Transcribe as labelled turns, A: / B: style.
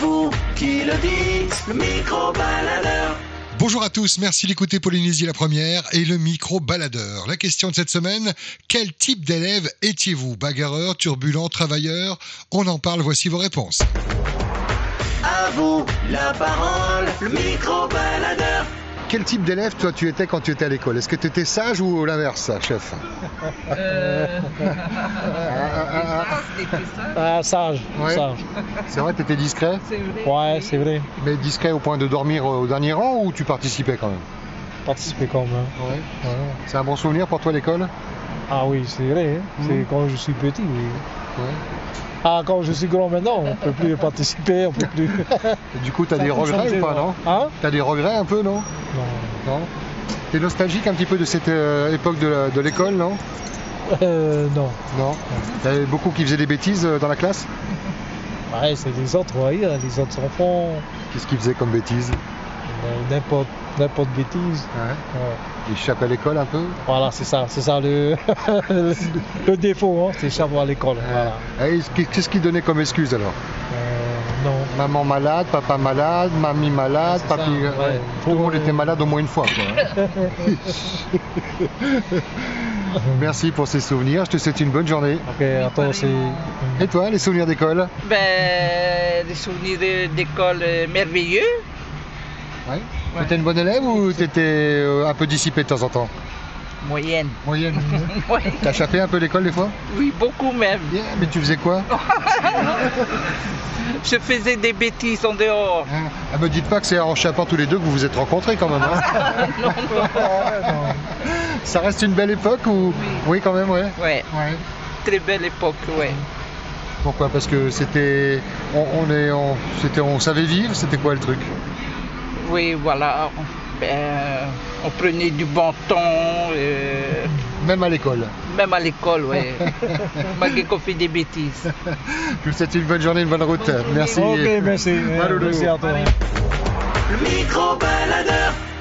A: vous qui le dites, le micro-baladeur.
B: Bonjour à tous, merci d'écouter Polynésie la première et le micro baladeur. La question de cette semaine, quel type d'élève étiez-vous Bagarreur, turbulent, travailleur On en parle, voici vos réponses.
A: À vous la parole, le micro-baladeur.
B: Quel type d'élève toi tu étais quand tu étais à l'école Est-ce que tu étais sage ou l'inverse, chef
C: Euh... Ah, sage,
B: Ouais.
C: sage.
B: C'est vrai, tu étais discret,
C: Ouais, c'est vrai.
B: mais discret au point de dormir au dernier rang ou tu participais quand même
C: Participer quand même.
B: C'est un bon souvenir pour toi l'école
C: Ah oui, c'est vrai. hein.
B: Mhm.
C: C'est quand je suis petit, oui.
B: ouais.
C: Ah, quand je suis grand maintenant, on peut plus participer, on peut plus.
B: Et Du coup, tu as
C: Ça
B: des
C: a tout
B: regrets
C: changé,
B: ou pas,
C: non
B: non
C: Hein
B: T'as des regrets un peu, non
C: Non.
B: Non T'es nostalgique un petit peu de cette euh, époque de la- de l'école, non
C: Euh, non.
B: Non. Il y avait beaucoup qui faisaient des bêtises euh, dans la classe
C: Ouais, c'est les autres, vous voyez, les autres enfants,
B: Qu'est-ce qu'ils faisaient comme bêtises
C: euh, n'importe, n'importe bêtise. Ouais.
B: Ils échappaient à l'école un peu
C: Voilà, c'est ça, c'est ça le, le, le défaut, hein, c'est échapper à l'école. Voilà.
B: Eh, est-ce qu'ils- Qu'est-ce qu'ils donnaient comme excuse alors
C: Euh, non.
B: Maman malade, papa malade, mamie malade,
C: Ouais, c'est
B: papy... euh,
C: ça, ouais.
B: Tout le monde était malade au moins une fois. quoi, hein. Merci pour ces souvenirs, je te souhaite une bonne journée.
C: Ok, attends, c'est.
B: Et toi, les souvenirs d'école
D: Ben, des souvenirs de- d'école euh, merveilleux.
B: ouais. T'étais une bonne élève ou t'étais euh, un peu dissipée de temps en temps
D: Moyenne.
B: Moyenne.
D: Ouais.
B: T'as chapé un peu l'école des fois Oh.
D: Oui, beaucoup même.
B: Bien, mais tu faisais quoi
D: Je faisais des bêtises en dehors.
B: Hein Ah, me dites pas que c'est en chapant tous les deux que vous vous êtes rencontrés quand même. hein. Ça reste une belle époque ou
D: Oui.
B: Oui, quand même, ouais.
D: Ouais,
B: Ouais.
D: très belle époque, ouais.
B: Pourquoi Parce que c'était, on, on est, on, c'était, on savait vivre. C'était quoi le truc
D: Oui, voilà. on- ben, on prenait du bon temps, euh,
B: Même à l'école.
D: même à l'école, ouais. Malgré qu'on fait des bêtises.
B: Je vous souhaite une bonne journée, une bonne route. Merci.
C: Ok, merci.
B: Maloulou.
C: Merci à toi.
A: Le micro-baladeur.